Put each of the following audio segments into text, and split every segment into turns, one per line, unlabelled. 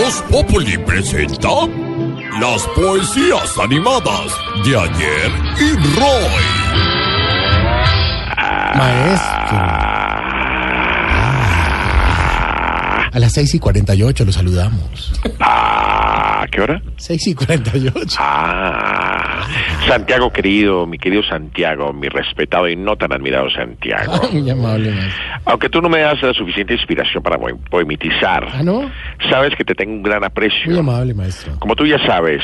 Metrópoli presenta las poesías animadas de ayer y Roy.
Maestro. Ah. A las 6 y 48 lo saludamos.
Ah, ¿qué hora?
6 y 48.
Ah, Santiago querido, mi querido Santiago, mi respetado y no tan admirado Santiago.
Muy amable, maestro.
Aunque tú no me das la suficiente inspiración para poem- poemitizar,
Ah, ¿no?
sabes que te tengo un gran
Muy
aprecio.
amable, maestro.
Como tú ya sabes,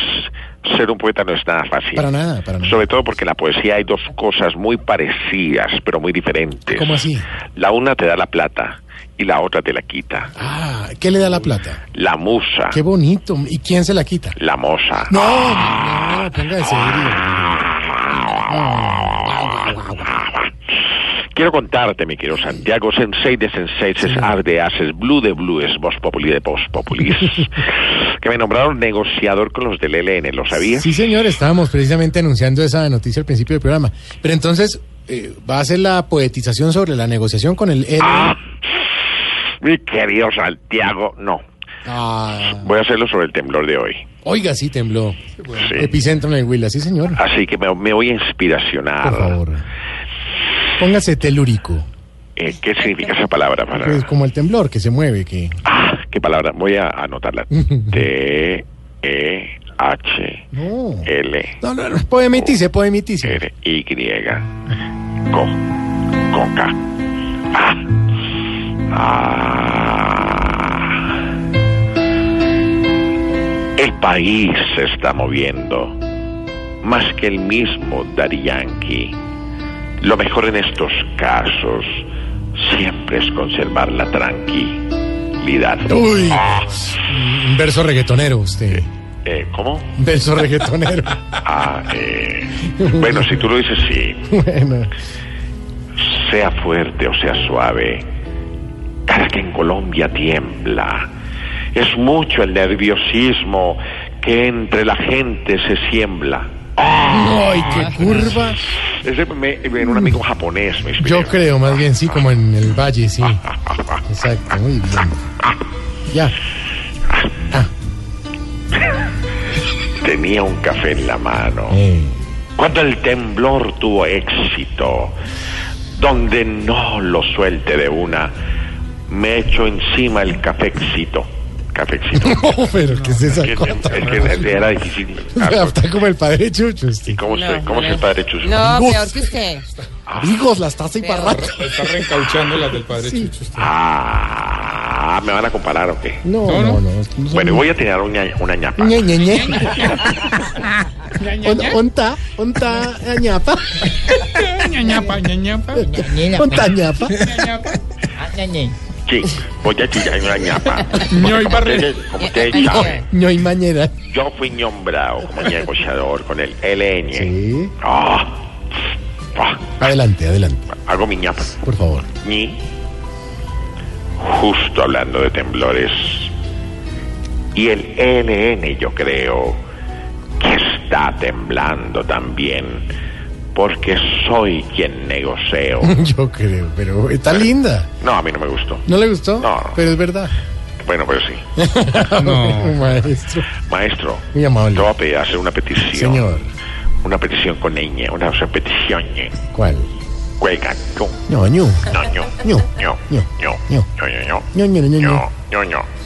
ser un poeta no es nada fácil.
Para nada, para nada.
Sobre todo porque en la poesía hay dos cosas muy parecidas, pero muy diferentes.
¿Cómo así?
La una te da la plata y la otra te la quita.
Ah, ¿qué le da la plata?
La musa,
Qué bonito. ¿Y quién se la quita?
la moza.
No, no, ponga de serio.
Quiero contarte, mi querido Santiago, Sensei de Sensei, es Ar de Ases, Blue de Blues, Voz Populi de Voz Populis, que me nombraron negociador con los del LN, ¿lo sabías?
Sí, señor, estábamos precisamente anunciando esa noticia al principio del programa. Pero entonces, eh, ¿va a ser la poetización sobre la negociación con el... L?
Ah, mi querido Santiago, no.
Ah.
Voy a hacerlo sobre el temblor de hoy.
Oiga, sí tembló.
Sí.
Epicentro en el Huila, sí, señor.
Así que me, me voy a inspiracionar.
Por favor. Póngase telúrico.
Eh, ¿Qué significa esa palabra? Para...
que es como el temblor que se mueve, que
Ah, ¿Qué palabra? Voy a anotarla. E, T-E-H-L.
no. No, no, no, poemitice, poemitice.
R Y Co Coca Ah. Ah. El país se está moviendo más que el mismo Daddy Yankee. Lo mejor en estos casos siempre es conservar la tranquilidad.
Uy.
Ah,
Un verso reggaetonero usted.
eh, ¿Cómo?
Un verso reggaetonero.
Ah, eh, bueno, si tú lo dices, sí.
bueno.
sea fuerte o sea suave, cada que en Colombia tiembla. Es mucho el nerviosismo que entre la gente se siembla.
Ah. Ay, qué curva.
Ese me, en un amigo japonés me inspiré.
Yo creo, más bien, sí, como en el valle, sí. Exacto, muy bien. Ya.
Tenía un café en la mano.
Eh.
Cuando el temblor tuvo éxito, donde no lo suelte de una, me echo encima el caféxito. Caféxito.
No, pero ¿qué es esa
Que-
cosa?
que- que era difícil. Ah,
Está como el padre Chucho, usted.
¿Cómo, estoy? ¿Cómo es el padre Chuzo?
No,
Gus.
peor que usted.
Amigos, las taza y barraca.
Está reencauchando las del padre Chucho. usted.
Ah, ¿me van a comparar o qué?
No, no, no.
Bueno, voy a tirar una, una ñapa.
Ñe, Ñe, Ñe. On- Onta, onta, ñapa,
Ñañapa, ñañapa,
onta, ñapa.
ñañapa.
Ah,
Sí, voy a tirar una ñapa.
Ño y
Porque como
barrera.
ustedes- Como ustedes saben,
No hay manera.
yo fui nombrado como negociador con el LN.
Sí.
Ah, ah,
Adelante, adelante,
hago mi ñapa.
por favor.
Ñi. Justo hablando de temblores. Y el LN yo creo que está temblando también. Porque soy quien negocio.
Yo creo, pero está linda.
No, a mí no me gustó.
¿No le gustó?
No.
Pero es verdad.
Bueno, pero sí.
No.
Maestro.
Maestro,
Muy amable.
te voy a pedir hacer una petición.
Señor.
Una petición con ñ, una o sea, petición ñ.
¿Cuál?
Cuelga, ño,
No, ñu.
no, ño,
Ño.
ño,
Ño.
ño, ño, ño, ño,
Ño, ño, ño, ño.
ño, ño, ño.